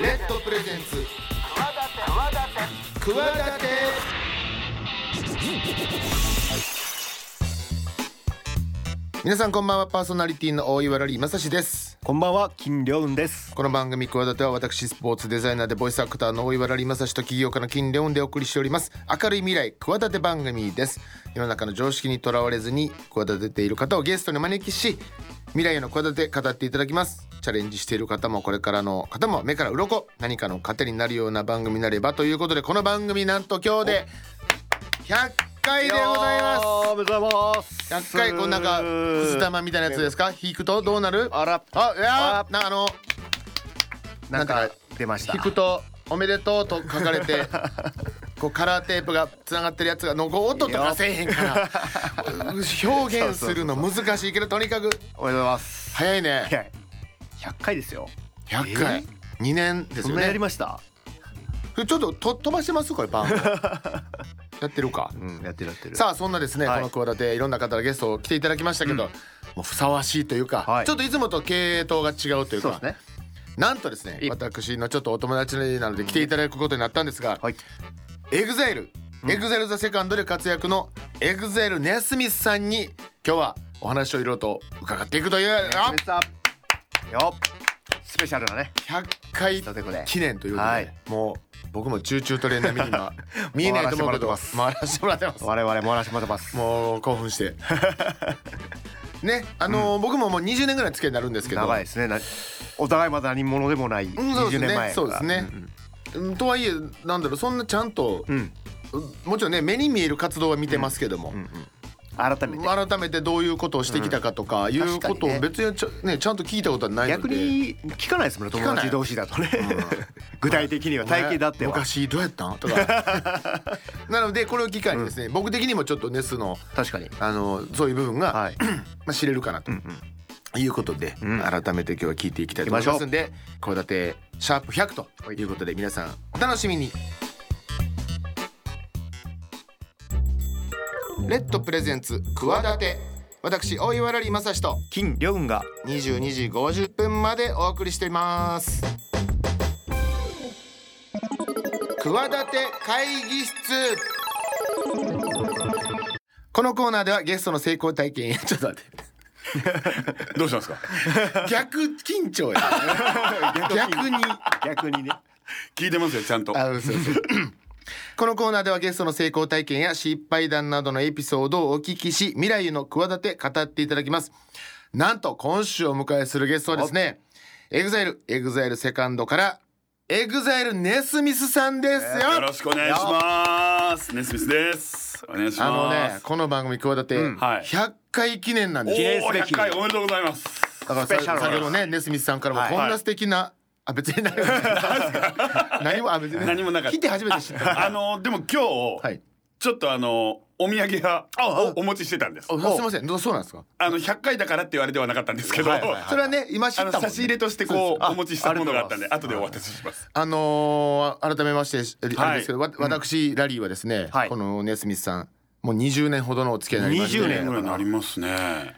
レッドプレゼンツ企て皆さんこんばんはパーソナリティの大岩ラリーまさしですこんばんは、金良雲です。この番組企ては私スポーツデザイナーでボイスアクターの大岩良理正史と企業家の金レオンでお送りしております明るい未来企て番組です世の中の常識にとらわれずに企てている方をゲストにお招きし未来への企て語っていただきますチャレンジしている方もこれからの方も目から鱗何かの糧になるような番組になればということでこの番組なんと今日で100回でございますおめでとうございます。 100回こうなんかくす玉みたいなやつですか引くとどうなるあら、あいやあーなあのななんんかか出ました。引くと「おめでとう」と書かれ てこうカラーテープがつながってるやつがのこう音とかせえへんから表現するの難しいけどとにかくおめでとうございます。早いねはい。100回ですよ。 100回、え2年ですそんよなやねりました。ちょっとと飛ばしてますこれ パンやってるかうん、やってるやってる。さあそんなですね、はこいの企ていろんな方がゲストを来ていただきましたけど、うんもうふさわしいというか、はいちょっといつもと系統が違うというそうかですね。なんとですねい私のちょっとお友達なので来ていただくことになったんですが、はい。エグザイル、エグザイルザセカンドで活躍のエグザイルネスミスさんに今日はお話をいろいろと伺っていくというあ決めたよ。スペシャルなね。 100回ということで。記念ということで、はいもう僕も中々トレーナーに今 見えないと思うけど回らせてもらってます我々もらしてもらってます。もう興奮してねあのー僕ももう20年ぐらい付き合いになるんですけど長いですね。なお互いまだ何者でもないうんそうです20ね年前。そうですねんうんとはいえなんだろうそんなちゃんと、うん。もちろんね目に見える活動は見てますけども、うんうん。改めて。改めてどういうことをしてきたかとかいうことを確かにね別にちゃ,、ね、ちゃんと聞いたことはないので逆に聞かないですもんねかない友達同士だとね 具体的には体型だってお前は昔どうやったんとか なのでこれを機会にですね、僕的にもちょっとネスの確かにあのそういう部分が、 はいまあ、知れるかなと、いうことで、うん改めて今日は聞いていきたいと思いますんでこだてシャープ100ということで皆さんお楽しみにレッドプレゼンツ企て私大岩良理正史と金良雲が22時50分までお送りしています企て会議室このコーナーではゲストの成功体験やちょっと待ってどうしたんですか逆緊張や 逆に逆にね聞いてますよちゃんとあそうそう このコーナーではゲストの成功体験や失敗談などのエピソードをお聞きし未来への企て語っていただきますなんと今週お迎えするゲストはですねエグザイルエグザイルセカンドからエグザイルネスミスさんですよ、よろしくお願いしますネスミスですお願いしますあのねこの番組企てはい100回記念なんです、記念すべきおー100回おめでとうございますだからスペシャさル先ほどねネスミスさんからもはいこんな素敵な、あ別に 何も何もあ別に何もなかった来て初めて知ったあのでも今日、はいちょっとあのお土産がおお持ちしてたんですあすいませんどうそうなんですかあの100回だからって言われてはなかったんですけど、はいはいはいそれはね今知っあたものん、ね、差し入れとしてこうあお持ちしたものがあったんでありが後とでうおござい渡ししますあのー改めましてあれはいですけど、わ私ラリーはですね、はいこのネスミスさんもう20年ほどのお付き合いになりまして20年ぐらいになりますね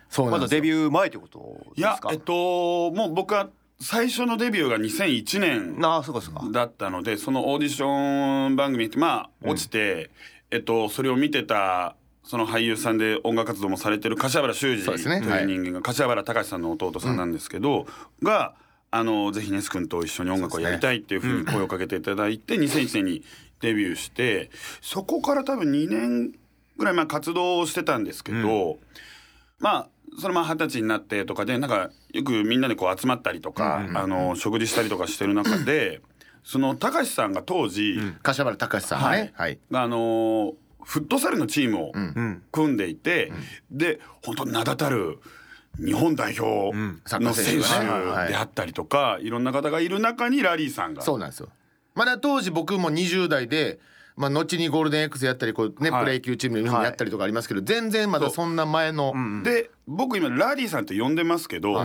そうなまんだですよデビュー前ってこといでやすかえっともう僕は最初のデビューが2001年なあそうかそうかだったのでそのオーディション番組ってまあ落ちて、えっと、それを見てたその俳優さんで音楽活動もされてる柏原修二そうといですねう人間が、柏原隆さんの弟さんなんですけど、があのぜひネス君と一緒に音楽をやりたいっていうふうに声をかけていただいて、2001年にデビューしてそこから多分2年ぐらいまあ活動をしてたんですけど。まあそのまま二十歳になってとかでなんかよくみんなでこう集まったりとか、あの食事したりとかしてる中でその高橋さんが当時、柏原隆さんがねはい、あのーフットサルのチームをん組んでいて、で本当に名だたる日本代表んサッカーの選選手がね手であったりとか、いろんな方がいる中にラリーさんがそうなんですよまだ当時僕も20代でまあ後にゴールデン X やったりこうね、はいプロ野球チームはいやったりとかありますけど全然まだそんな前の、で僕今ラリーさんって呼んでますけど、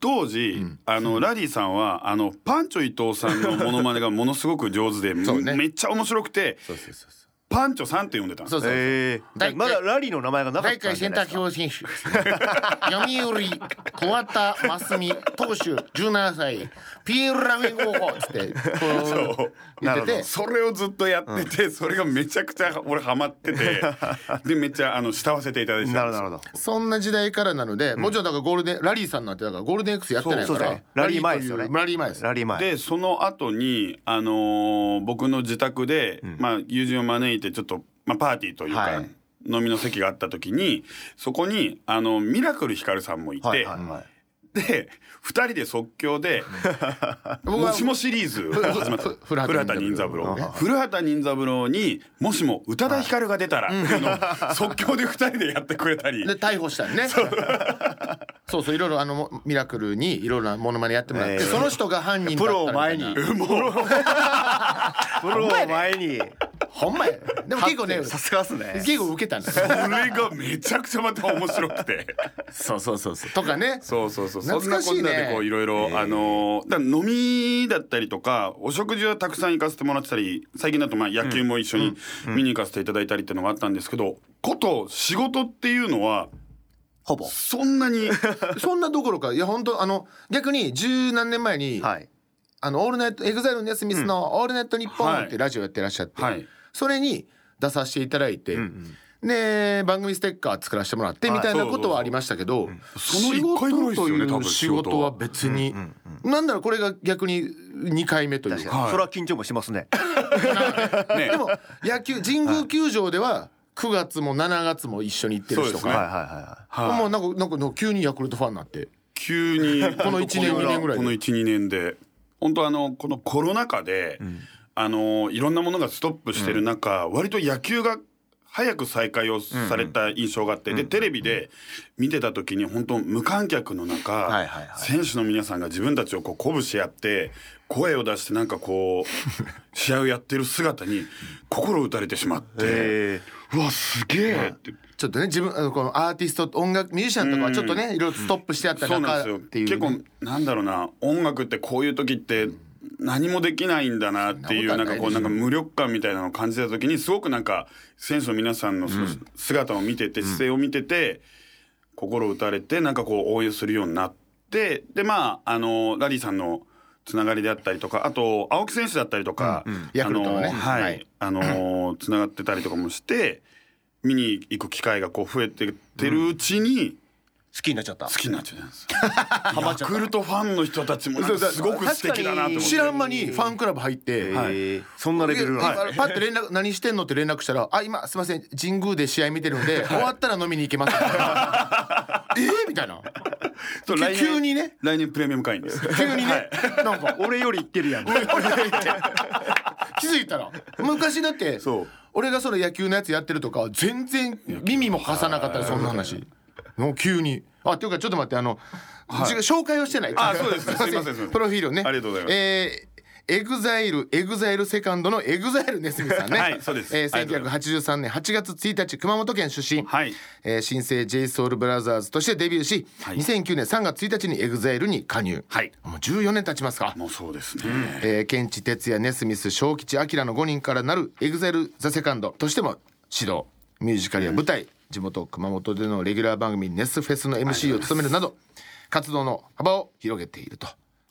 当時、あのラリーさんはあの パンチョ伊藤さんのモノマネがものすごく上手で、そうねめっちゃ面白くてそうそうそうそうパンチョさんって呼んでたんですそうそうえ大ー、体まだラリーの名前がなかっ大たん会じセゃンタないーですか表選手読売桑田真澄投手17歳ピエールラウィン候補っつってそこうう言っててそれをずっとやってて、それがめちゃくちゃ俺ハマっててでめっちゃあの慕わせていただいてなたんるでほどなすよるほどそんな時代からなので、もちろんだからゴールデンラリーさんなんてだからゴールデン X やってないそかうそうら、ですねラリー前ですよねラリー前ですラリー前でその後にあのー僕の自宅で、まあ友人を招いてちょっとまあパーティーというか、はい飲みの席があった時にそこにあのミラクルひかるさんもいて、はいはいはいで2人で即興で「僕もはしも」シリーズ始まったふふ古畑古畑任任三三郎郎ね古畑任三郎にもしも宇多田ヒカルが出たらっていうのを即興で2人でやってくれたりで逮捕したりねそうそういろいろあのミラクルにいろいろなモノマネやってもらって、ええその人が犯人だったプらロを前にプロをプロを前にほんまやでも結構ねさすがっすね結構受けたんですそれがめちゃくちゃまた面白くて。そうそうそうそうとかねそうそうそう。そん懐かなしこいねんなでこういろいろあのだから飲みだったりとかお食事はたくさん行かせてもらってたり最近だとまあ野球も一緒に見に行かせていただいたりっていうのがあったんですけどこと仕事っていうのはほぼそんな にそんなどころかいや本当あの逆に十何年前に、はいあのオールナイトエグザイルのやつミスの、オールナイトニッポンはいってラジオやってらっしゃって、はいそれに出させていただいて、で番組ステッカー作らせてもらってはいみたいなことはありましたけど、そうそううんその一回ぐらいですよね多分仕事は別に、なんだろうこれが逆に2回目という確かかに、はいそれは緊張もしますねねでも野球神宮球場では9月も7月も一緒に行ってるしとそうではすいか、ねはいははいもうなんかなんかなんか急にヤクルトファンになって急にこの一年こ二年ぐらいでこの12年で本当あのこのコロナ禍で、あのいろんなものがストップしてる中、割と野球が早く再開をされた印象があって、でテレビで見てた時に本当無観客の中、はいはいはい選手の皆さんが自分たちをこう鼓舞し合って声を出してなんかこう試合をやってる姿に心打たれてしまって、へうわすげえって。ちょっとね自分あのこのアーティスト音楽ミュージシャンとかはちょっとねいろいろストップしてあったそうなん中ですよっていうね、結構なんだろうな音楽ってこういう時って何もできないんだなっていうそんななんことかはこうなんか無力感みたいなのを感じた時にすごくなんか選手の皆さんのその姿を見てて姿勢を見てて心打たれてなんかこう応援するようになってでまああのラリーさんのつながりであったりとかあと青木選手だったりとか、うんうんヤクルトのねあはい、はいあのつながってたりとかもして見に行く機会がこう増えてってるうちに。好きになっちゃった好きになっちゃうんです よヤクルトファンの人たちもなんかすごく素敵だなと思って知らん間にファンクラブ入って、はいそんなレベルでなのあのパッと連絡何してんのって連絡したら「あ今すいません神宮で試合見てるので、終わったら飲みに行け ます」えーみたいなそう来年急にね来年プレミアム会員です 急にね、はいなんか俺より言って るやん気づいたら昔だってそう俺がその野球のやつやってるとか全然耳も貸さなかったりそんな話の急にあっていうかちょっと待ってあの、違う紹介をしてないあそうですねすいませんすいませんプロフィールをねありがとうございますえーエグザイルエグザイルセカンドのエグザイルネスミさんねはいそうですえありがとうー、ご1983年8月1日熊本県出身、はいえー新生 j s o u l b r o t h e r s としてデビューし、はい2009年3月1日にエグザイルに加入、はいもう14年経ちますかもうそうですね、えー、ケンチ哲也ネスミス小吉明の5人からなるエグザイルザセカンドとしても指導ミュージカルや舞台、地元熊本でのレギュラー番組ネスフェスの MC を務めるなど活動の幅を広げていると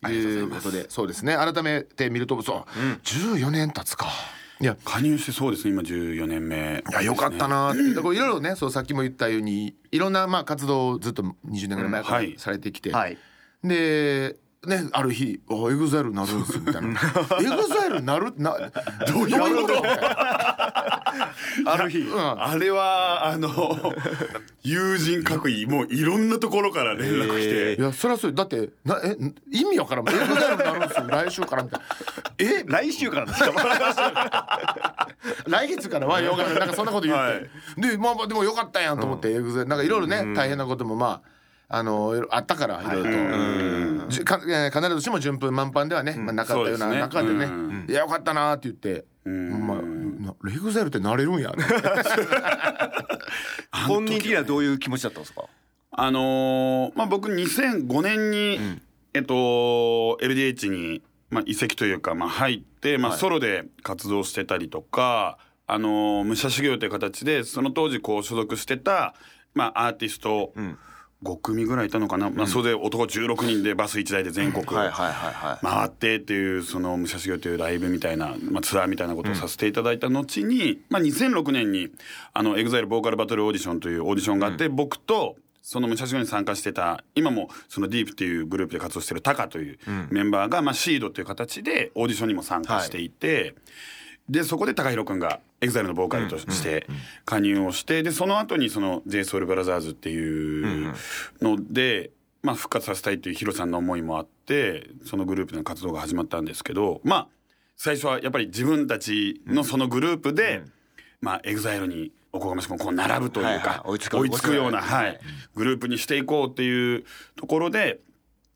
いうことでそうですね改めて見るとそう、14年経つかいや加入してそうですね今14年目いやよかったなって、だからいろいろねそうさっきも言ったようにいろんなまあ活動をずっと20年ぐらい前からうんはいされてきて、はいで、ね、ある日「あエグザイルなるんです」みたいな 「エグザイルなるなどういうこと?」みたいなある日うんあれはあの 友人各位もういろんなところから連絡して、いやそりゃそうよだってなえ意味わからん「エグザイルなるんですよ来週から」みたいな「え来週か らですか来月からはよかったなんかそんなこと言って、 はいでまあまあでもよかったやんと思って、エグゼなんかいろいろね、大変なこともまああのいろいろあったからいろいろと、じゅかえー必ずしも順風満帆ではね、まあ、なかったようそなうですね中でねうんいやよかったなーって言って、まあなレグゼルってなれるんや、 本人的にはどういう気持ちだったんですかあのーまあ、僕2005年に、えっと LDH に、まあ、移籍というか、まあ、入って、まあ、ソロで活動してたりとか、あの武者修行という形でその当時こう所属してた、まあ、アーティスト5組ぐらいいたのかな、まあ、それで男16人でバス1台で全国はいはいはいはい回ってっていうその武者修行というライブみたいな、まあ、ツアーみたいなことをさせていただいた後に、まあ、2006年にあの EXILE ボーカルバトルオーディションというオーディションがあって、僕とその武者修行に参加してた今もそのディープっていうグループで活動してるタカというメンバーが、まあ、シードという形でオーディションにも参加していて。でそこで高 a くんが EXILE のボーカルとして加入をして、でその後にその j s o u l b r o t h e r s っていうので、まあ、復活させたいというヒロさんの思いもあってそのグループの活動が始まったんですけどまあ最初はやっぱり自分たちのそのグループで、まあ、EXILE におこがましくもこう並ぶというか、はいはい追いつく追いつくよう追な、いつくはいグループにしていこうっていうところで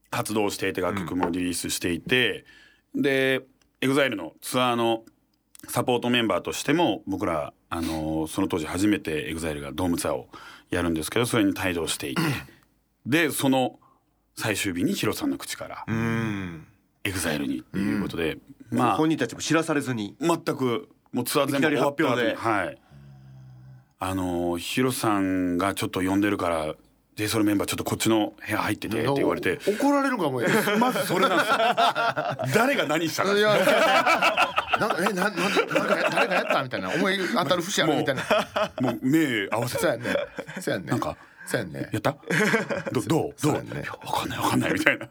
活動していて楽曲もリリースしていて、で EXILE のツアーのサポートメンバーとしても僕ら、あのーその当時初めて EXILE がドームツアーをやるんですけどそれに帯同していてでその最終日にヒロさんの口からうん EXILE にっていうことで、まあ本人たちも知らされずに全くもうツアー全部終わった後にいきなりはいあのーヒロさんがちょっと呼んでるからでそのメンバーちょっとこっちの部屋入っててって言われてお怒られるか もよいまずそれなんですよ誰が何したかやなんかえなんなんなんか誰がやったみたいな思い当たる節あるみたいなもう目合わせてそうやんねそうやんねなんかそうやんねやった どどうどそううだよねいやわかんないわかんないみたいな。っ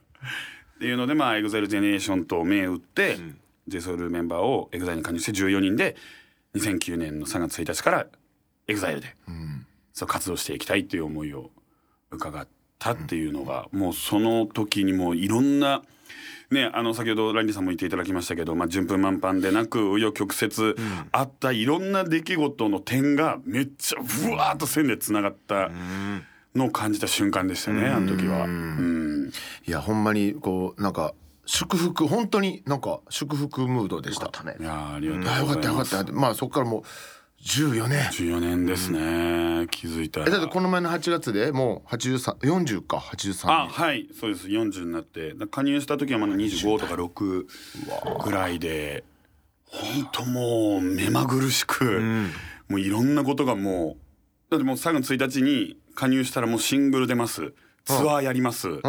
ていうのでまあ EXILEGENERATION と銘打って JSOUL メンバーを EXILE に加入して14人で2009年の3月1日から EXILE でそう活動していきたいっていう思いを伺ったっていうのが、もうその時にもういろんな。ね、あの先ほどランディさんも言っていただきましたけど、まあ、順風満帆でなく紆余曲折あったいろんな出来事の点がめっちゃふわーっと線でつながったのを感じた瞬間でしたね、あの時は。うんいやほんまにこうなんか祝福本当になんか祝福ムードでしたよかったねいやーありがとうよかっござたいよかまっす。たまあそこからもう14年14年ですね、気づいたえだってら。この前の8月でもう83 40か83あはいそうです40になってだ加入した時はまだ25とか6ぐらいで本当もう目まぐるしく、もういろんなことがもうだってもう3月1日に加入したらもうシングル出ますツアーやります、うん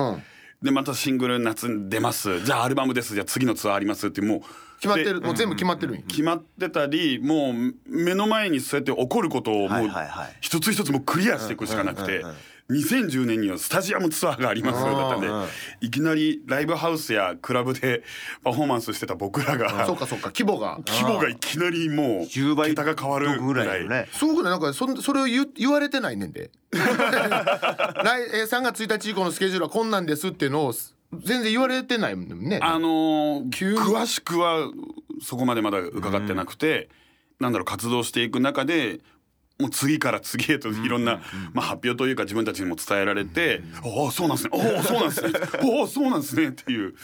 でまたシングル夏に出ますじゃあアルバムですじゃあ次のツアーありますってもう決まってでるもう全部決まってるんや決まってたりもう目の前にそうやって起こることをもはういはいはい一つ一つもうクリアしていくしかなくて2010年にはスタジアムツアーがありますよだったんでうんうんいきなりライブハウスやクラブでパフォーマンスしてた僕らがそうかそうか規模が規模がいきなりもう10倍桁が変わるぐぐららいいのねすごくないなんかそんそれを言う言われてないねんで 来、えー、3月1日以降のスケジュールはこんなんですっていうのをす全然言われてないもんねあのー急に詳しくはそこまでまだ伺ってなくて、なんだろう活動していく中でもう次から次へといろんな、まあ、発表というか自分たちにも伝えられて「おおそうなんですねおおそうなんですねおおそうなんですね」っていう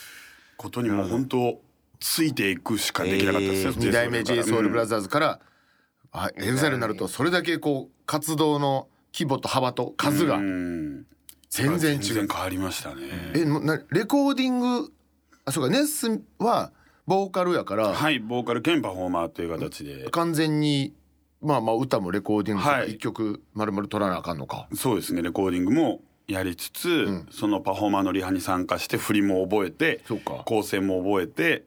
ことにもう本当ついていくしかできなかったですね。 2代目 j s o u l b r o ズ t h e r s から、あエグザイルになるとそれだけこう活動の規模と幅と数が全然違う全然変わりましたね。えもうなレコーディングあそうかネッスはボーカルやから、はいボーカル兼パフォーマーという形で完全にまあまあ歌もレコーディングとかはい一曲丸々取らなあかんのか、そうですねレコーディングもやりつつ、んそのパフォーマーのリハに参加して振りも覚えてそうか構成も覚えてっ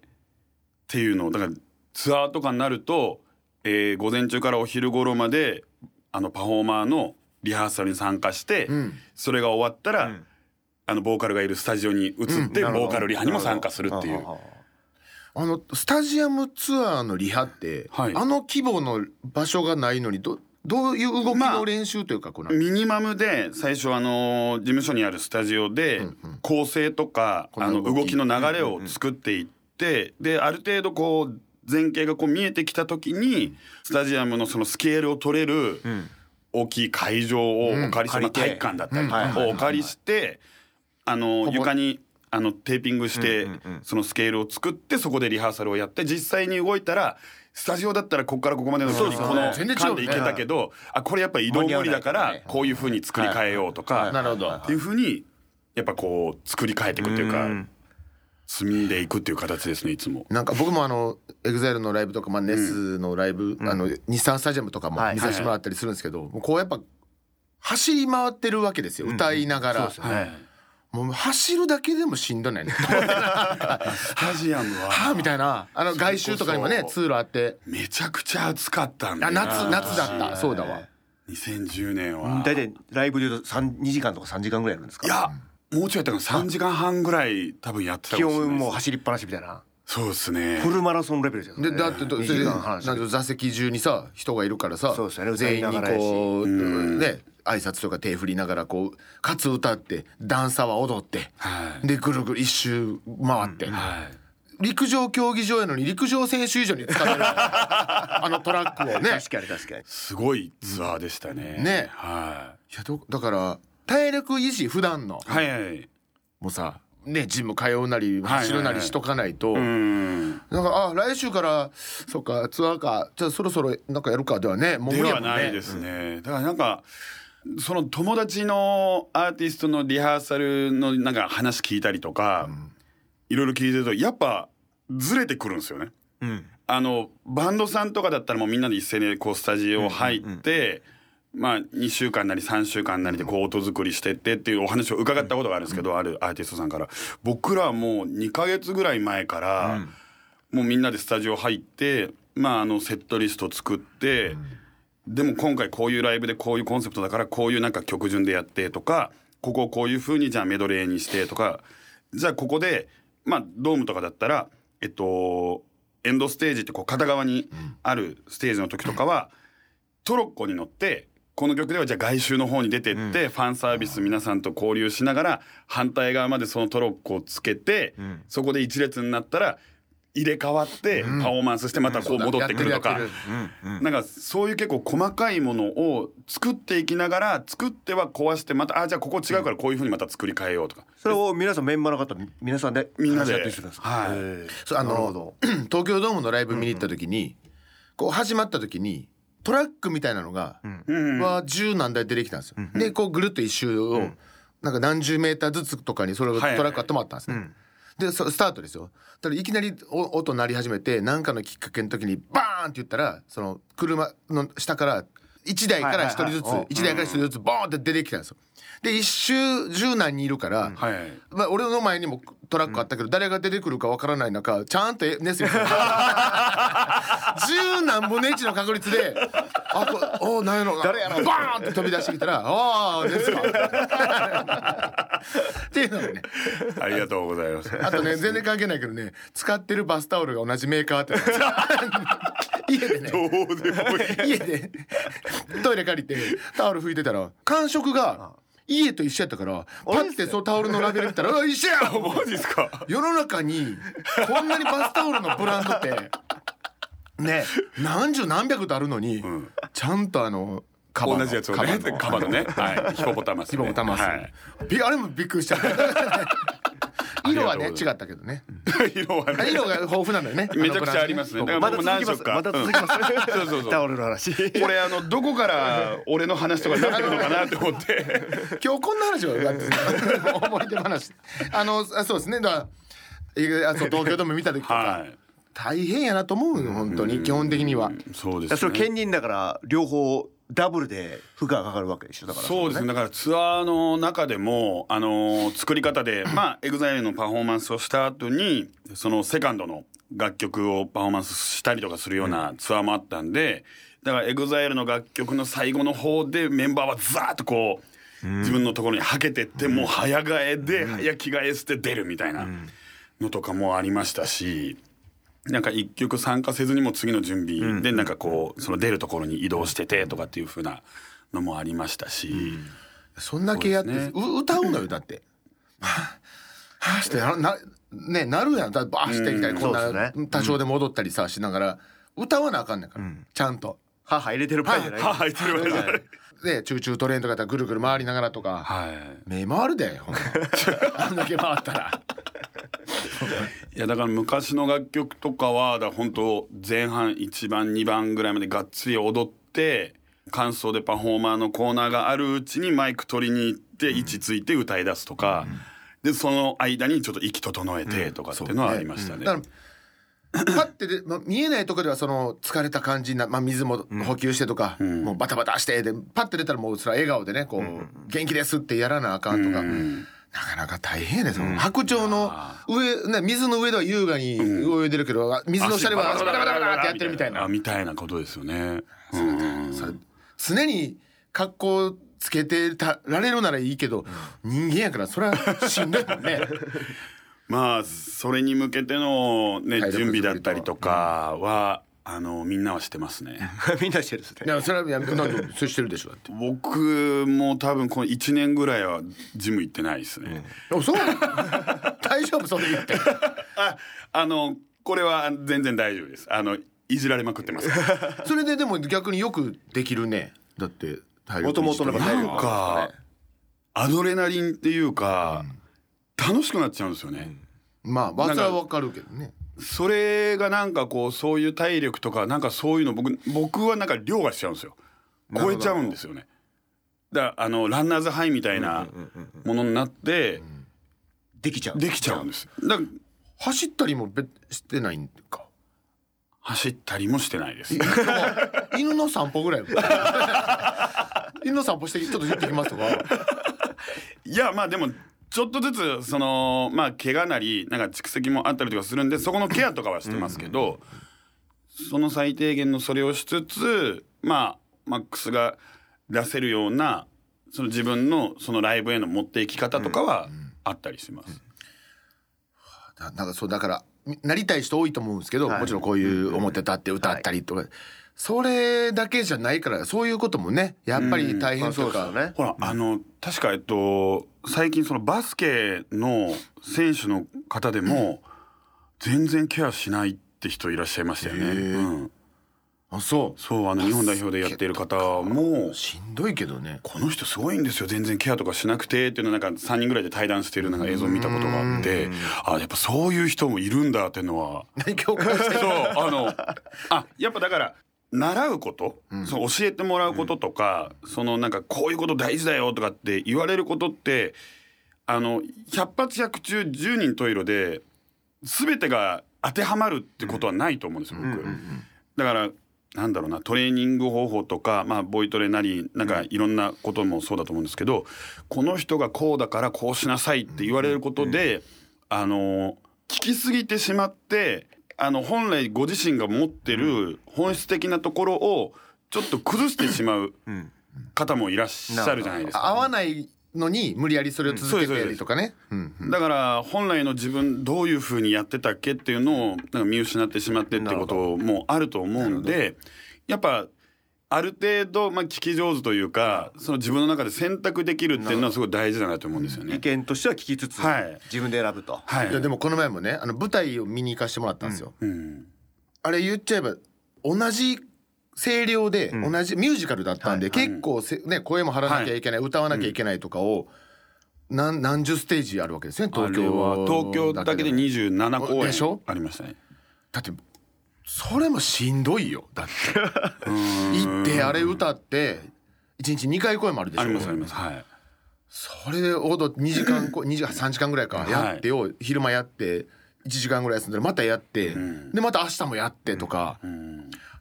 ていうのをだからツアーとかになると、えー午前中からお昼頃まであのパフォーマーのリハーサルに参加して、んそれが終わったら、うんあのボーカルがいるスタジオに移って、なるほどボーカルリハにも参加するっていう。あのスタジアムツアーのリハって、はいあの規模の場所がないのにどどういう動きまあの練習というか、このミニマムで最初あの事務所にあるスタジオで構成とかこんあな動のき動きの流れを作っていってである程度こう前景がこう見えてきた時にスタジアムのそのスケールを取れる大きい会場をおうん借りして、まあ、借体りて育館だったりとうんはいかはいはいをはいお借りしてあのここ床にあのテーピングしてうんうんうんそのスケールを作ってそこでリハーサルをやって実際に動いたらスタジオだったらここからここまでの距離そうそうこの全然違う間ねでいけたけどあこれやっぱ移動間無理だかに合わらないからねこういうふうに作り変えようとはいかなるほどっていうふうにやっぱこう作り変えていくというか積んでいくっていう形ですねいつも。なんか僕もあのエグザイルのライブとか、まあ、ネスのライブ、あの日産スタジアムとかもはい見させてもらったりするんですけど、もうこうやっぱ走り回ってるわけですよ、ん歌いながら、はい、もう走るだけでもしんど ないねスタジアムはあはみたいなあの外周とかにもねそうそう通路あってめちゃくちゃ暑かったんであ夏夏だったそうだわ2010年うんは大体ライブで言うと三二時間とか三時間ぐらいやるんですかいやもうちょいやったかな3時間半ぐらい多分やってた気かもしれない温ですもう走りっぱなしみたいなそうですねフルマラソンレベルですよでねだってと二それ時で間なん話か座席中にさ人がいるからさそうですよね歌全い員なにがらやしこう、ね挨拶とか手振りながらこうかつ歌ってダンサーは踊って、はいでぐるぐる一周回って、はい陸上競技場やのに陸上選手以上に 使ってるあのトラックをね。確かに確かにすごいツアーでしたね、うんねはいやどだから体力維持普段のいはいはいもうさねジム通うなり走るなりしとかないと、うんなんかあ来週からそっかツアーかじゃあそろそろなんかやるかではねもうで無理やはもんねないですね、だからなんかその友達のアーティストのリハーサルのなんか話聞いたりとか、いろいろ聞いてるとやっぱずれてくるんですよねうんあのバンドさんとかだったらもうみんなで一斉にこうスタジオ入って、まあ、2週間なり3週間なりでこう音作りしてってっていうお話を伺ったことがあるんですけど、あるアーティストさんから僕らはもう2ヶ月ぐらい前から、もうみんなでスタジオ入って、まあ、あのセットリスト作って、でも今回こういうライブでこういうコンセプトだからこういうなんか曲順でやってとかここをこういう風にじゃあメドレーにしてとかじゃあここでまあドームとかだったらえっとエンドステージってこう片側にあるステージの時とかはトロッコに乗ってこの曲ではじゃあ外周の方に出てってファンサービス皆さんと交流しながら反対側までそのトロッコをつけてんそこで一列になったら入れ替わってパフォーマンスしてまたこう戻ってくるとやて。かるやてるうんうんなんかそういう結構細かいものを作っていきながら作っては壊してまたあじゃあここ違うからこういうふうにまた作り変えようとか、それを皆さんメンバーの方皆さんでみんなで話し合ったりするんですかはいへそうあなるほのど 東京ドームのライブ見に行った時に、こう始まった時にトラックみたいなのが、うんは十何台出てきたんですよ。でこうぐるっと一周を、なんか何十メーターずつとかにそれがはいはいトラックが止まったんですね。でそスタートですよだからいきなりお音鳴り始めて何かのきっかけの時にバーンって言ったらその車の下から1台から1人ずつはいはいはい1台から1人ずつボーンって出てきたんですよ。で一周十何人いるから、はいまあ、俺の前にもトラックあったけど、誰が出てくるかわからない中ちゃんとネス十何分の1の確率で「あこお何やろな」誰やろバーンって飛び出してきたら「ああネスか」っていうのもねありがとうございますあとね全然関係ないけどね使ってるバスタオルが同じメーカ ーってのが家でねどうでもいい家でトイレ借りてタオル拭いてたら感触が家と一緒やったからパッてそうタオルのラベル見たら「うわ一緒や!」マジですか世の中にこんなにバスタオルのブランドってね何十何百とあるのに、んちゃんとあのカバの同じやつをねカバのね、はい、ヒポポタマス、ね、ヒポポタマス、はい、びあれもびっくりした 色はねあ違りがったけどね色はね色が豊富なのよね めちゃくちゃありますねあのブランドだからま僕だも続何きますま色かだ続きますそうそうそうタオルの話これあのどこから俺の話とかになってるのかなと思って今日こんな話をやってた思い出話 あのあそうですねだからえあそう東京ドーム見た時とか、はい大変やなと思うよ本当に基本的には。そうでそれ兼任だから両方ダブルで負荷がかかるわけでしょだからそうですねだからツアーの中でも、あのー作り方 で、まあ、エグザイルのパフォーマンスをした後にそのセカンドの楽曲をパフォーマンスしたりとかするようなツアーもあったんで、だからエグザイルの楽曲の最後の方でメンバーはザーッとこう、自分のところにはけてって、もう早替えで、早着替えして出るみたいなのとかもありましたし。なんか一曲参加せずにも次の準備でなんかこうその出るところに移動しててとかっていう風なのもありましたし、そんだけやって、そうですねう歌うのよだって。 はぁはぁしてやらなねなるやんだバーしてきたり、うんこんそうでな、すね多少で戻ったりさしながら歌わなあかんねんから、ちゃんと。歯入れてるパイじゃないはいはいそれはそれでチューチュートレーンとかやったらぐるぐる回りながらとかは目回るでほんま あんだけ回ったら。い、いやだから昔の楽曲とかはだから本当前半1番2番ぐらいまでがっつり踊って感想でパフォーマーのコーナーがあるうちにマイク取りに行って位置ついて歌い出すとか、でその間にちょっと息整えてとかっていうのはありましたね。だからパッてで、まあ、見えないとこではその疲れた感じな、まあ、水も補給してとか、もうバタバタしてでパッて出たらもうそれは笑顔でねこう、元気ですってやらなあかんとか、なかなか大変です、白鳥の上、ね、水の上では優雅に泳いでるけど、水の下ではバタバタバタってやってるみたいなあみたいなことですよね。うんそれ常に格好つけてたられるならいいけど、人間やからそれはしんどいもんね。 まあそれに向けてのね体力準作りと備だったりとかは、あのみんなはしてますね。みんなしてるですいね。やそれはやめなんでそれしてるでしょだって。僕も多分この1年ぐらいはジム行ってないですね。あそう 大丈夫それ言って。ああのこれは全然大丈夫です。あのいじられまくってます。それででも逆によくできるねだって体力元々のね体なん力かアドレナリンっていうか、楽しくなっちゃうんですよね、まあ技はわかるけどねそれがなんかこうそういう体力とかなんかそういうの僕僕はなんか凌駕しちゃうんですよ超えちゃうんですよねだからあのランナーズハイみたいなものになってできちゃう。できちゃうんですだから走ったりもべしてないん か走ったりもしてないです犬の散歩ぐら い犬の散歩してちょっと行ってきますとかいやまあでもちょっとずつそのまあ怪我なりなんか蓄積もあったりとかするんでそこのケアとかはしてますけど、その最低限のそれをしつつまあマックスが出せるようなその自分のそのライブへの持っていき方とかはあったりします。ななんかそうだからなりたい人多いと思うんですけど、もちろんこういう表立って歌ったりとか、それだけじゃないからそういうこともねやっぱり大変とか、そうですよね。ほら、あの、確か、えっと、最近そのバスケの選手の方でも、全然ケアしないって人いらっしゃいましたよね。うん、あそそう、あの、日本代表でやっている方もう、しんどいけど ねこの人すごいんですよ全然ケアとかしなくてっていうのをなんか3人ぐらいで対談してるなんか映像を見たことがあってあやっぱそういう人もいるんだっていうのは何共感してそうあのあやっぱだから習うこと、その教えてもらうこととか、そのなんかこういうこと大事だよとかって言われることってあの100発100中10人トイロで全てが当てはまるってことはないと思うんですよ、僕。だからなんだろうなトレーニング方法とか、まあ、ボイトレなりなんかいろんなこともそうだと思うんですけど、この人がこうだからこうしなさいって言われることで、あの聞きすぎてしまってあの本来ご自身が持ってる本質的なところをちょっと崩してしまう方もいらっしゃるじゃないですか。合わないのに無理やりそれを続けてとかね、うんだから本来の自分どういうふうにやってたっけっていうのをなんか見失ってしまってってこともあると思うんでやっぱある程度まあ聞き上手というかその自分の中で選択できるっていうのはすごい大事だなと思うんですよ意ね。見としては聞きつつ、はい自分で選ぶと。はいいやでもこの前もねあの舞台を見に行かせてもらったんですよ、うんあれ言っちゃえば同じ声量で同じミュージカルだったんで、結構せ、ね、声も張らなきゃいけない、歌わなきゃいけないとかを、なん何十ステージあるわけですよねあ東れ京は東京だけで27公でしょ演ありましたね。だってそれもしんどいよだって 行ってあれ歌って1日2回声もあるでしょありますありますはい。それほど2時間 こ二時間3時間ぐらいかいやってを昼間やって1時間ぐらい休んでまたやって、でまた明日もやってとか、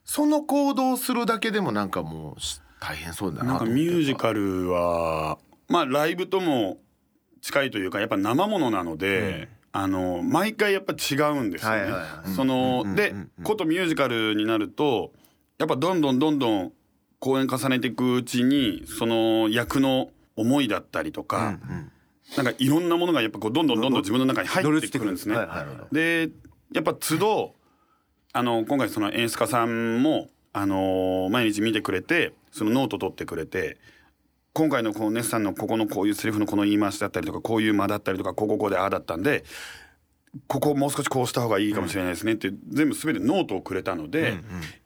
その行動するだけでもなんかもうし大変そうだななんとか思っミてュージカルはまあライブとも近いというかやっぱ生ものなので、あの毎回やっぱ違うんですよはね。いはいはその、でことミュージカルになるとやっぱどんどんどんどん公演重ねていくうちにその役の思いだったりとか、なんかいろんなものがやっぱこうどんどんどんどん自分の中に入ってくるんですね。はいはいはいでやっぱ都度あの今回その演出家さんも、あの毎日見てくれてそのノート取ってくれて今回のこのネスさんのここのこういうセリフのこの言い回しだったりとかこういう間だったりとかこうこうこうでああだったんでここもう少しこうした方がいいかもしれないですねって全部全てノートをくれたので、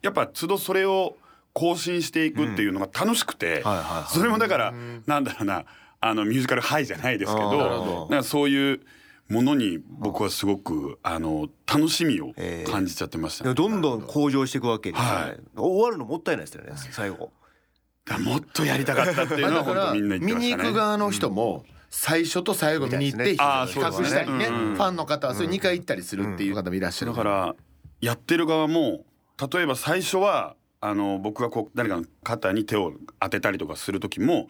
やっぱ都度それを更新していくっていうのが楽しくはいて、はいはいそれもだから、なんだろうなあのミュージカルハイじゃないですけどあーなるほどなんかそういうものに僕はすごくあの楽しみを感じちゃってました、でもねどんどん向上していくわけですよね、はい終わるのもったいないですよね最後だからもっとやりたかったっていうだのはか本ら当みんな見言ってまにし行たね。く側の人も、最初と最後見に行って比みたい較ですねしたりねあーそうですねうんファンの方はそれ2回行ったりするっていう方もいらっしゃるだからやってる側も例えば最初はあの僕がこう誰かの肩に手を当てたりとかする時も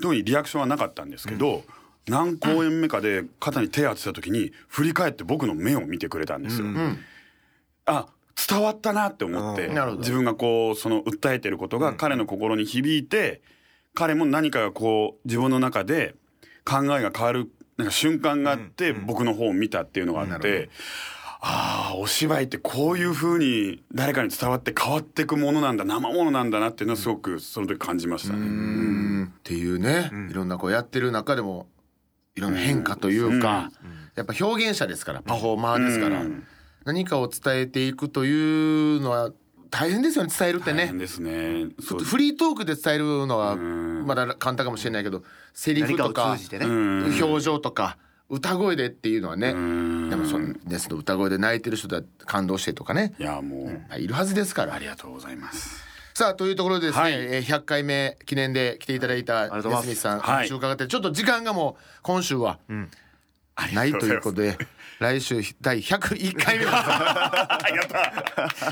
特にリアクションはなかったんですけど、何公演目かで肩に手当てた時に振り返って僕の目を見てくれたんですよ。んあ伝わったなって思ってうんなるほど自分がこうその訴えてることが彼の心に響いて彼も何かがこう自分の中で考えが変わるなんか瞬間があって僕の方を見たっていうのがあって、ああお芝居ってこういう風に誰かに伝わって変わっていくものなんだ生ものなんだなっていうのはすごくその時感じましたね。うんっていうねいろんなこうやってる中でもいろんな変化というかやっぱ表現者ですからパフォーマーですからうん何かを伝えていくというのは大変ですよね伝えるって大ね変。ですね。そうフリートークで伝えるのはんまだ簡単かもしれないけどセリフ何かとをか通じてね、うん表情とか歌声でっていうのはねんでもそのですの歌声で泣いてる人だって感動してとかねいやもう、いるはずですからありがとうございます。さあというところでですね、はいえー100回目記念で来ていただいたりがとうございますスミスさんはい話を伺ってちょっと時間がもう今週はないということで、来週第101回 目まで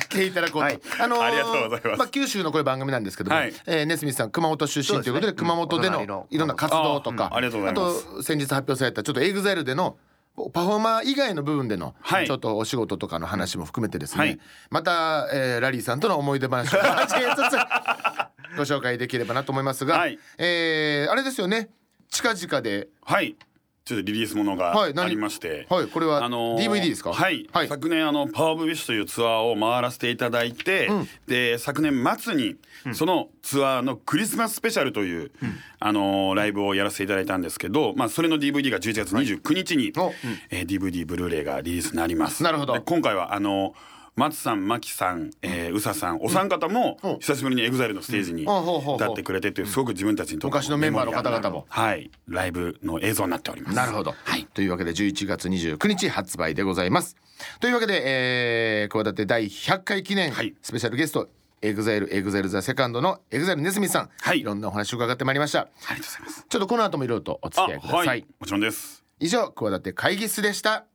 来ていただこうと、はいあのーありがとうございますあ、九州のこういう番組なんですけども、はいえーネスミスさん熊本出身ということでそうですね熊本でおの隣のいろんな活動とかあうんありがとうございますと先日発表されたちょっとエグザイルでのパフォーマー以外の部分でのはいちょっとお仕事とかの話も含めてですね、はいまた、えーラリーさんとの思い出話を 交えつつご紹介できればなと思いますが、はいえーあれですよね近々ではい。ちょっとリリースものがはい何ありまして、はいこれはあのー DVD ですかはい、はい昨年あのパワーオブウィッシュというツアーを回らせていただいて、で昨年末にそのツアーのクリスマススペシャルという、あのーライブをやらせていただいたんですけど、まあそれの DVD が11月29日に、おうんえー DVD ブルーレイがリリースになります。なるほどで今回はあのー松さん、真木さん、えー、宇佐さん、お三方もうん久しぶりにエグザイルのステージにんほうほうほう立ってくれてというすごく自分たちにとっても昔のメンバーの方々もはい、ライブの映像になっております。なるほど。はい。というわけで11月29日発売でございます。というわけで、えー、企て第100回記念、はいスペシャルゲスト、エグザイル、エグザイルザセカンドのエグザイルネスミさん、はいろんなお話を伺ってまいりました。ありがとうございます。ちょっとこの後もいろいろとお付き合いください。はい、もちろんです。以上、企て会議室でした。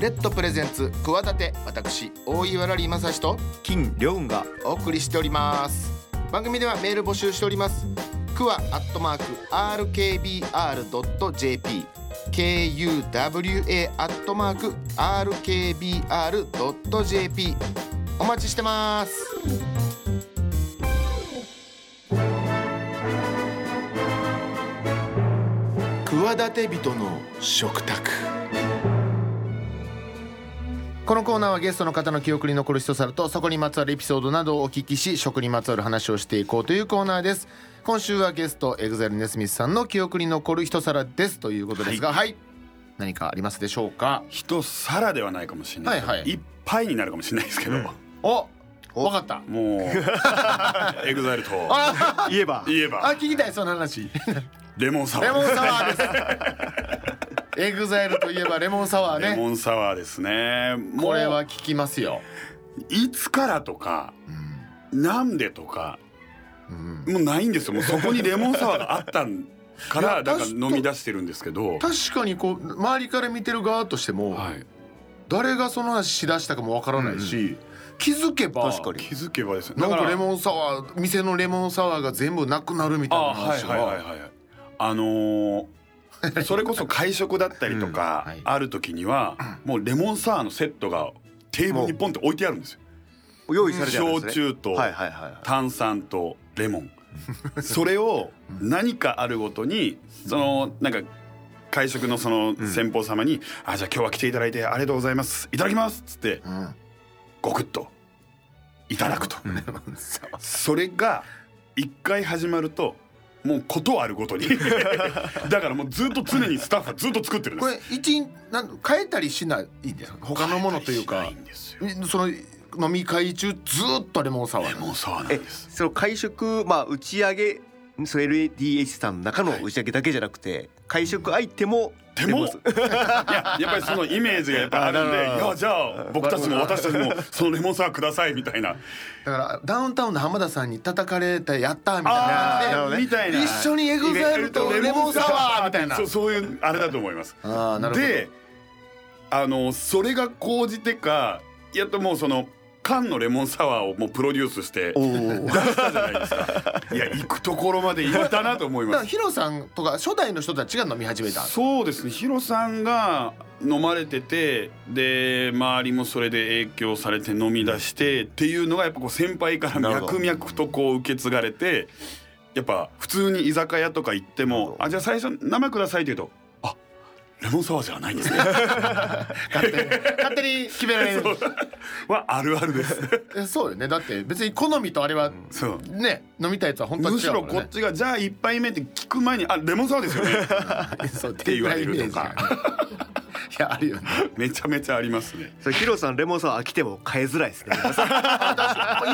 レッドプレゼンツ企て私大岩良理正史と金良雲がお送りしております番組ではメール募集しておりますくわアットマーク RKBR.jp KUWA アットマーク RKBR.jp お待ちしてます企て人の食卓このコーナーはゲストの方の記憶に残る一皿とそこにまつわるエピソードなどをお聞きし食にまつわる話をしていこうというコーナーです今週はゲストエグザイルネスミスさんの記憶に残る一皿ですということですがはい、何かありますでしょうか一皿ではないかもしれない。はいはいっぱいになるかもしれないですけど、おわかったもう エグザイルとあ言えば言えあば聞きたいその話レモンサワレーモでンす。サワーですエグザイルといえばレモンサワーレねモンサワーですね。もうこれは聞きますよ、いつからとか、なんでとか、うん、もうないんですよ。もう そこにレモンサワーがあったんかいらやなんか確か飲み出してるんですけど、確かにこう周りから見てる側としても、はい。誰がその話しだしたかもわからないし、気づけば確かに気づけばですね。なんだからレモンサワー店のレモンサワーが全部なくなるみたいなあは話いはいはいがはいあのーそれこそ会食だったりとか、うんはいある時にはもうレモンサワーのセットがテーブルにポンって置いてあるんですよ用意されてあるんです、ね、焼酎とはいはいはいはい炭酸とレモンそれを何かあるごとにそのなんか会食のその先方様に「あじゃあ今日は来ていただいてありがとうございますいただきます」っつってうんゴクッといただくとレモンサワーそれが一回始まるともうことあるご とにだからもうずっと常にスタッフはずっと作ってるんで こすれ一日なん変えたりしないんですか他のものというか変えたりしないんですよその飲み会中ずっとレモンサワレーモンサワーなんえですその会食まあ打ち上げその LDH さんの中の打ち上げだけじゃなくて会食相手もでもいややっぱりそのイメージがやっぱあるんであなるほどいやじゃあ僕たちも私たちもそのレモンサワーくださいみたいなだからダウンタウンの浜田さんに叩かれたやったみたいなあーなるほ感どじでねみたいな一緒にエグザイルとレモンサワーみたいなそうそういうあれだと思いますあーなるほどであのそれが高じてかやっともうその缶のレモンサワーをもうプロデュースしておー 出したじゃないですか いや行くところまで行ったなと思いだかまらすヒロさんとか初代の人たちが飲み始めたそうですねヒロさんが飲まれててで周りもそれで影響されて飲み出してっていうのがやっぱこう先輩からなるほど脈々とこう受け継がれてやっぱ普通に居酒屋とか行っても「あじゃあ最初生ください」って言うと「あレモンサワーじゃないんですね」 勝手に勝手に決められるはあるあるです。えそうよねだって別に好みとあれはそうね飲みたいやつは本当は違むうしから、ね、ろこっちがじゃあ一杯目って聞く前にあレモンサワーですよ ね そうって言われるとか いやあるよねめちゃめちゃありますねそれヒロさんレモンさん飽きても変えづらいですね。い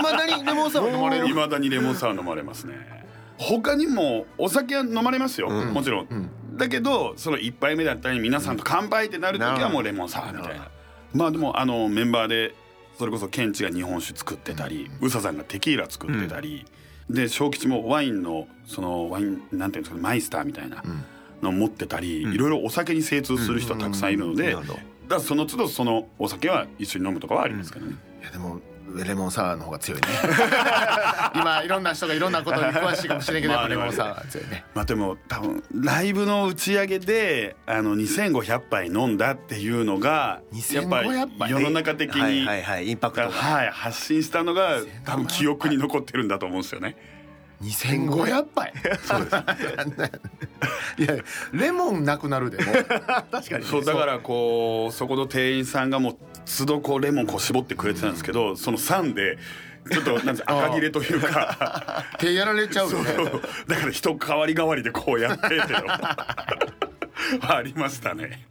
まだにレモンサワー飲まれるいまだにレモンサワー飲まれますね他にもお酒は飲まれますよ、もちろん、だけどその一杯目だったり皆さんと乾杯ってなる時はもうレモンサワーみたいなまあでもあのメンバーでそれこそケンチが日本酒作ってたりウサさんがテキーラ作ってたり、で小吉もワインのそのワインなんていうんですかマイスターみたいなの持ってたり、いろいろお酒に精通する人はたくさんいるので、うんうんうんなるほどだからその都度そのお酒は一緒に飲むとかはありますけどね、いやでもレモンサワーの方が強 いね今いろんな人がいろんなことに詳しいかもしれないけどやっぱレモンサワーは強いねまあでも多分ライブの打ち上げであの2500杯飲んだっていうのがやっぱり2500杯世の中的に、はいはいはいインパクトが。はい発信したのが多分記憶に残ってるんだと思うんですよね。 2500杯そうですいやレモンなくなるでも確かにね。そうだからこうそこの店員さんがもう都度こうレモンこう絞ってくれてたんですけど、その酸でちょっとなんて赤切れという か手やられちゃうよねそうだから人代わり代わりでこうやってっていうのは ありましたね。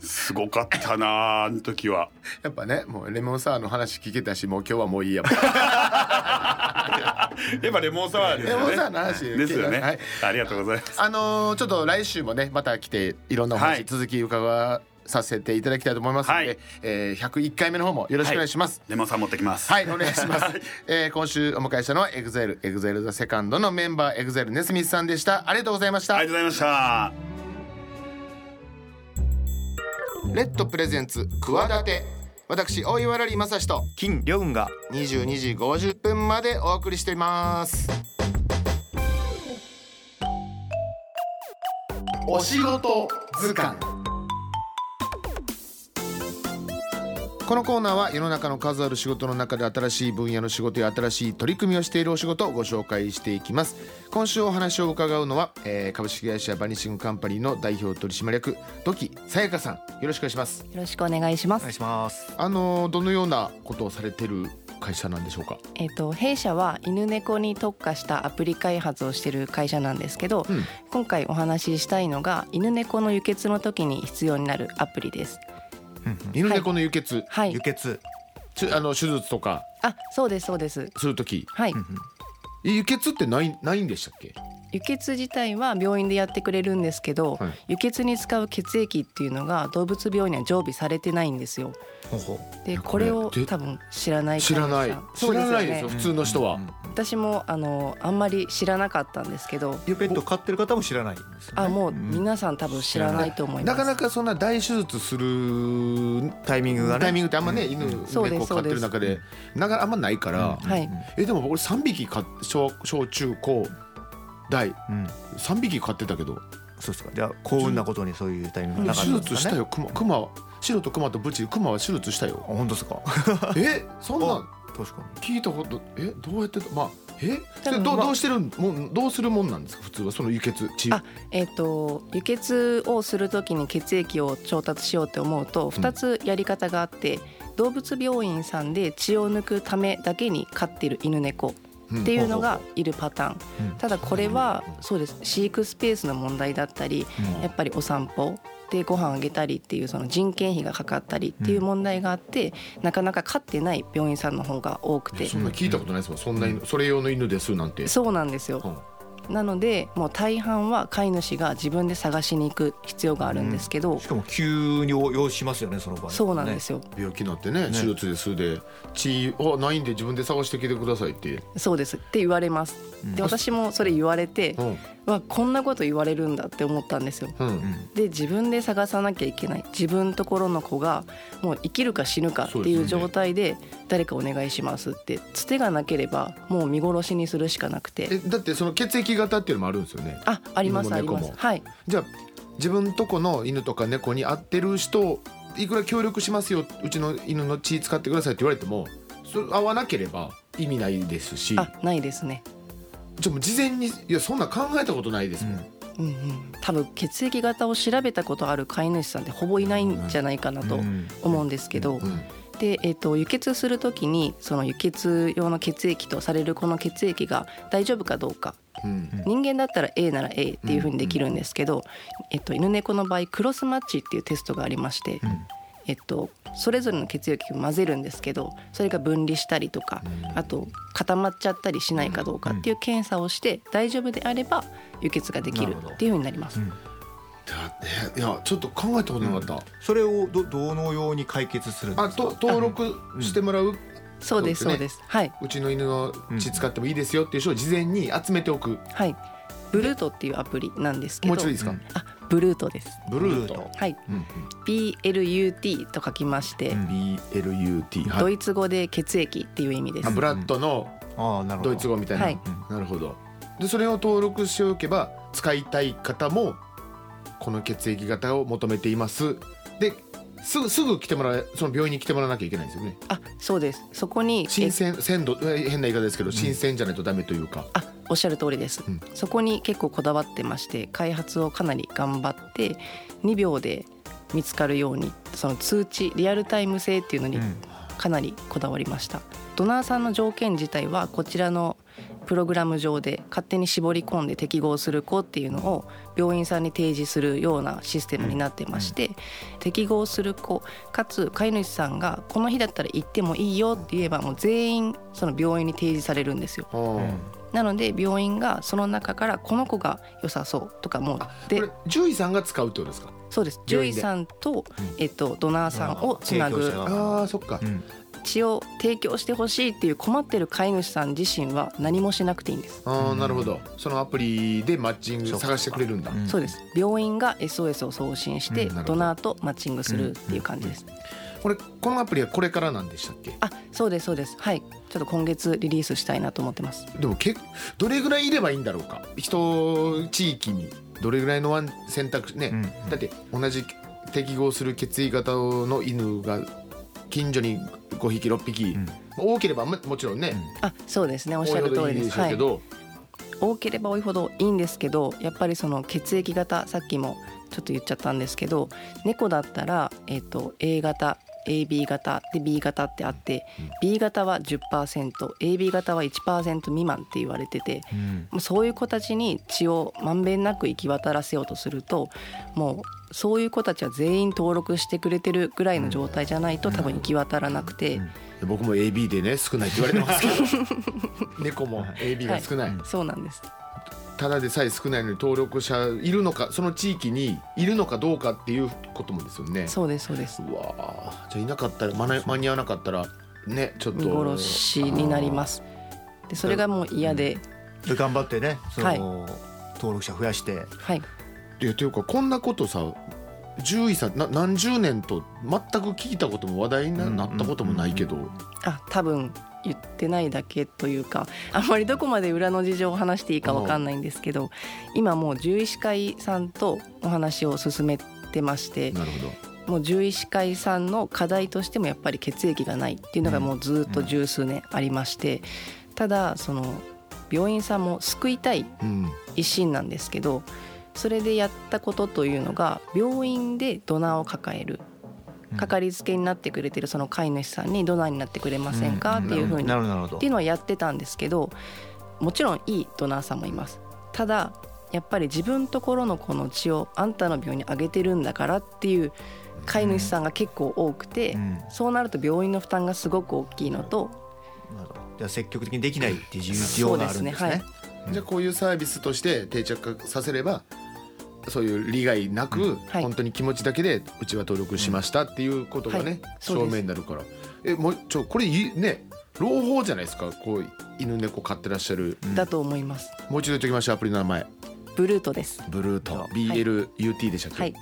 すごかったなああの時は。やっぱねもうレモンサワーの話聞けたしもう今日はもういいやもうやっぱレモンサワーですよレね。モンサワーの話ですよね。はいありがとうございます。あのーちょっと来週もねまた来ていろんなおは話い続き伺わさせていただきたいと思いますので、はいえー、101回目の方もよろしくお願いします。レモンサワー持ってきます。はい、お願いします。えー今週お迎えしたのは EXILE、EXILE The Second のメンバー EXILE ネスミスさんでした。ありがとうございました。ありがとうございました。レッドプレゼンツ企て私大岩良利正史と金良雲が22時50分までお送りしています。お仕事図鑑このコーナーは世の中の数ある仕事の中で新しい分野の仕事や新しい取り組みをしているお仕事をご紹介していきます今週お話を伺うのは、えー株式会社バニシングカンパニーの代表取締役土木さやかさんよろしくお願いしますよろしくお願いしまおす。願いします。あのーどのようなことをされてる会社なんでしょうかえっ、と弊社は犬猫に特化したアプリ開発をしている会社なんですけど、うん今回お話ししたいのが犬猫の輸血の時に必要になるアプリです。犬猫の輸血、はい。血。ちゅあの手術とかあ、そうですそうです。するときはい。え輸血ってないないんでしたっけ輸血自体は病院でやってくれるんですけど、はい輸血に使う血液っていうのが動物病院には常備されてないんですよ。ほうほう。でここれれをで多分知らない知らない患者さん知らないですよそう普通の人は、私もあのあんまり知らなかったんですけど、ゆペット飼ってる方も知らないんですよねあもう皆さん多分知らないと思います。なかなかそんな大手術するタイミングがねタイミングってあんまね、犬そうです猫飼ってる中でなかなかあんまないから、んはいえでも俺3匹飼っ小小中高大うん3匹飼ってたけどそうですかじゃあ幸運なことにそういうタイミングがなか手ったんですかね術したよ熊熊は白と熊とブチ熊は手術した あよ本 当ですかえそんなん確か聞いたことえどうやってまあえそ多れ分どうまあどうしてるんもんどうするもんなんですか普通はその輸血治療あえー、と輸血をするときに血液を調達しようって思うと2つやり方があって、動物病院さんで血を抜くためだけに飼ってる犬猫んっていうのがいるパターン、うんただこれはそうです飼育スペースの問題だったり、やっぱりお散歩でご飯あげたりっていうその人件費がかかったりっていう問題があって、なかなか飼ってない病院さんの方が多くてそんな聞いたことないですもんそんな犬それ用の犬ですなんてそうなんですようんなのでもう大半は飼い主が自分で探しに行く必要があるんですけど、しかも急に応用しますよねその場合、そうなんですよ、病気になってね手術ですで血あないんで自分で探してきてくださいって、そうですって言われます、で私もそれ言われて、うんわこんなこと言われるんだって思ったんですようんねで自分で探さなきゃいけない自分のところの子がもう生きるか死ぬかってそうでいすうね状態で誰かお願いしますってつてがなければもう見殺しにするしかなくえてだってその血液型っていうのもあるんですよねあありますあ犬りも猫まもすはいじゃあ自分とこの犬とか猫に合ってる人をいくら協力しますようちの犬の血使ってくださいって言われてもそれ合わなければ意味ないですしあないですねじゃあもう事前にいやそんな考えたことないですもん、うんうん多分血液型を調べたことある飼い主さんってほぼいないんじゃないかなとうん思うんですけうど、んで、えー、と輸血するときにその輸血用の血液とされるこの血液が大丈夫かどうかうん人間だったら A なら A っていうふうにできるんですけど、えっと、犬猫の場合クロスマッチっていうテストがありまして、えっと、それぞれの血液を混ぜるんですけどそれが分離したりとか、あと固まっちゃったりしないかどうかっていう検査をして、大丈夫であれば輸血ができるっていうふうになります。だっていやちょっと考えたことなかった、それをどどのように解決するんであすかと登録してもらう、うそうですそうそうでですすはい、ちの犬の血使ってもいいですよっていう人を事前に集めておくはい、ブルートっていうアプリなんですけもどう一度いいですか、あブルートです、ブルートはい、うん BLUT と書きまして、ん BLUT、ドはい、イツ語で血液っていう意味ですあ。ブラッドのああなるほどドイツ語みたいな、はいなるほどでそれを登録しておけば使いたい方もこの血液型を求めていますですぐすぐ来てもらえその病院に来てもらわなきゃいけないんですよねあそうですそこにえ新鮮鮮度え変な言い方ですけど新鮮じゃないとダメというか、あおっしゃる通りです、うんそこに結構こだわってまして開発をかなり頑張って2秒で見つかるようにその通知リアルタイム性っていうのにかなりこだわりました、ドナーさんの条件自体はこちらのプログラム上で勝手に絞り込んで適合する子っていうのを病院さんに提示するようなシステムになってまして、適合する子かつ飼い主さんがこの日だったら行ってもいいよって言えばもう全員その病院に提示されるんですよ。うんなので病院がその中からこの子が良さそうとかもうでこれ獣医さんが使うってことですかそうです獣病院医でさんと、えっと、ドナーさんをつな提ぐ供者があーそっか、うん血を提供してほしいっていう困ってる飼い主さん自身は何もしなくていいんです。あーなるほどそのアプリでマッチングそうか探してくれるんだ、んそうです病院が SOS を送信しうてんなるほどドナーとマッチングするっていう感じです。これこのアプリはこれからなんでしたっけあそうですそうですはいちょっと今月リリースしたいなと思ってます。でもけどれぐらいいればいいんだろうか人地域にどれぐらいのワン選択肢ね、うんだって同じ適合する血液型の犬が近所に5匹6匹、ん多ければももちろんね、あそうですねおっし多ゃいほるど通いりいで。ですしょうけど、多ければ多いほどいいんですけどやっぱりその血液型さっきもちょっと言っちゃったんですけど猫だったら、えっと A 型 AB 型で B 型ってあって B 型は 10%AB 型は1%未満って言われててうんもうそういう子たちに血をまんべんなく行き渡らせようとするともうそういう子たちは全員登録してくれてるぐらいの状態じゃないと多分行き渡らなくて。僕も AB でね少ないって言われてますけ ど猫も AB が少ない、はいそうなんですただでさえ少ないのに登録者いるのかその地域にいるのかどうかっていうこともですよね。そうですそうですうわあじゃあいなかったら間な間に合わなかったらねちょっと見殺しになりますでそれがもう嫌で、で頑張ってねその、登録者増やしてはいいやというかこんなことさ獣医さんな何十年と全く聞いたことも話題になうんなったこともないけど、あ多分言ってないだけというかあんまりどこまで裏の事情を話していいかわかんないんですけど今もう獣医師会さんとお話を進めてましてなるほどもう獣医師会さんの課題としてもやっぱり血液がないっていうのがもうずっと十数年ありましてただその病院さんも救いたいうん一心なんですけどそれでやったことというのが病院でドナーを抱えるかかりつけになってくれてるその飼い主さんにドナーになってくれませんかっていうふうになっるほどなるほどていうのはやってたんですけどもちろんいいドナーさんもいますただやっぱり自分ところの子の血をあんたの病院にあげてるんだからっていう飼い主さんが結構多くて、うんそうなると病院の負担がすごく大きいのと、なるほどじゃあ積極的にできないっていう事情があるんですねそうですねはいじゃあこういうサービスとして定着させればそういう利害なく、はい本当に気持ちだけでうちは登録しましたっていうことがね、はいそうで証す明になるからえもうちょこれいね朗報じゃないですかこう犬猫飼ってらっしゃる、だと思います。もう一度言っておきましょうアプリの名前ブルートです。ブルート BLUT でしたっけ、はい。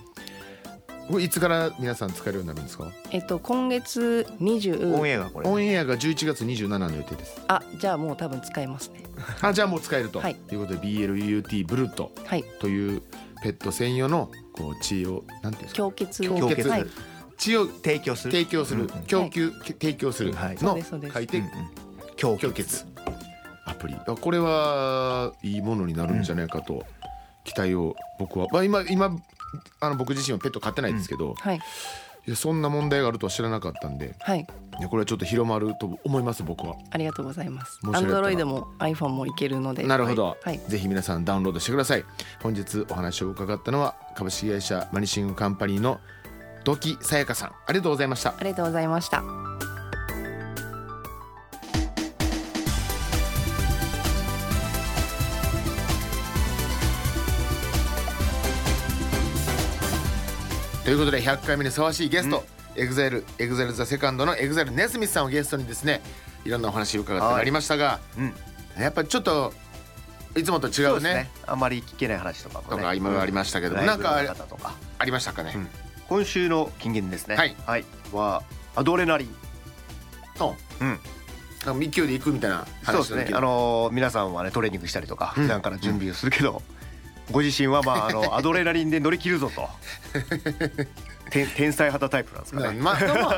これいつから皆さん使えるようになるんですかえっと今月オン20エアがこれオンエアが11月27の予定ですあじゃあもう多分使えますね。あじゃあもう使えると、はいい、うことで BLUT ブルートはい。というペット専用のこう血をなんていうんですか供血供血はい。血を提供する提供する、うん供給、け提供するはいのそうですそうです書いて供供血アプリあこれはいいものになるんじゃないかと期待を僕は、まあ、今今あの僕自身はペット飼ってないんですけど、はい。いやそんな問題があるとは知らなかったんではい。いやこれはちょっと広まると思います僕は。ありがとうございます。もアしよかンドったロらイドも iPhone もいけるので。なるほど、はい。ぜひ皆さんダウンロードしてください本日お話を伺ったのは株式会社マニシングカンパニーの土木さやかさんありがとうございましたありがとうございました。ということで100回目にふさわしいゲスト、エグザイルエグザイルザセカンドのエグザイルネスミスさんをゲストにですねいろんなお話を伺ってまいりましたが、うんやっぱちょっといつもと違そううですねねあまり聞けない話とかともかね今はありましたけども、ななんんかかあれ方とかありましたかね、うん今週の金言ですねはいはい、はアドレナリンそううんなんか勢いで行くみたいなそうで話すの時ねにあのー皆さんはねトレーニングしたりとか普段から準備をするけど、ご自身は まああのアドレナリンで乗り切るぞとて天才肌タイプなんですかなねまあで も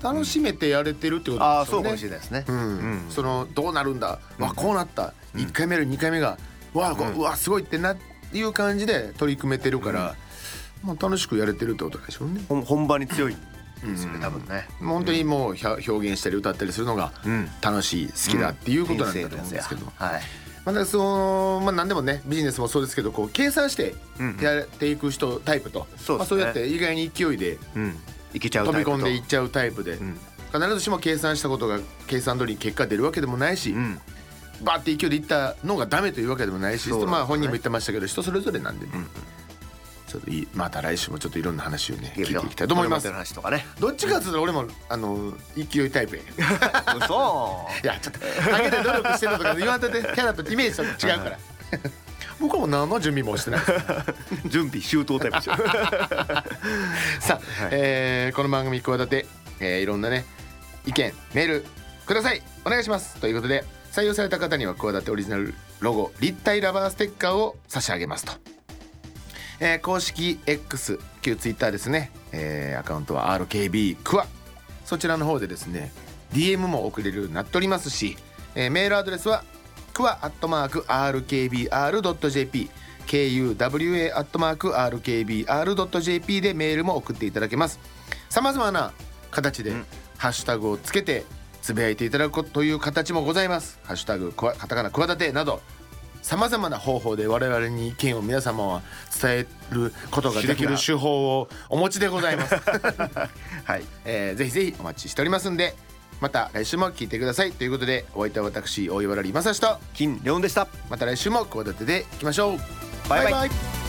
楽しめてやれてるってことああでーすよそうねかもしれないですね、うんうんそのどうなるんだ、わこうなった、一1回目より2回目がわあこう,、うんわすごいってないう感じで取り組めてるから、まあ、楽しくやれてるってことでしょうね。ほん本番に強いんですよね、多分ね本当にもうひゃ表現したり歌ったりするのがうん楽しい好きだっていうことなんだと思うんですけど、天性ですよはいまあだからそのまあ何でもねビジネスもそうですけどこう計算してうんうんやっていく人タイプと、そうですねまあ、そうやって意外に勢いでうんいけちゃう飛タびイプと込んでいっちゃうタイプで、ん必ずしも計算したことが計算通りに結果出るわけでもないし、うんバーって勢いでいったのがダメというわけでもないし、そうなんですねまあ本人も言ってましたけど人それぞれなんでね、ちょっといいまた来週もちょっといろんな話をね聞いていきたいと思いますドラ。マでの話とかね どっちかっていうと俺もあの勢いタイ プやけど 嘘いやちょっと陰で努力してるとか言わんとてキャラとイメージと違うから 僕はもう何の準備もしてないです準備周到タイプですよ さあ、えーこの番組企て、えーいろんなね意見メールくださいお願いしますということで採用された方には企てオリジナルロゴ立体ラバーステッカーを差し上げますと、えー公式 X 旧 Twitter ですね、えーアカウントは RKB クワそちらの方でですね DM も送れるようになっておりますし、えーメールアドレスはクワアットマーク RKBR.jp KUWA アットマーク RKBR.jp でメールも送っていただけますさまざまな形でハッシュタグをつけてつぶやいていただくという形もございますハッシュタグクワカタカナクワダテなどさまざまな方法で我々に意見を皆様は伝えることができる手法をお持ちでござい ますはいえーぜひぜひお待ちしておりますんでまた来週も聞いてくださいということでお相手は私大岩良理正史と金レオンでしたまた来週も企てでいきましょうバイバイイ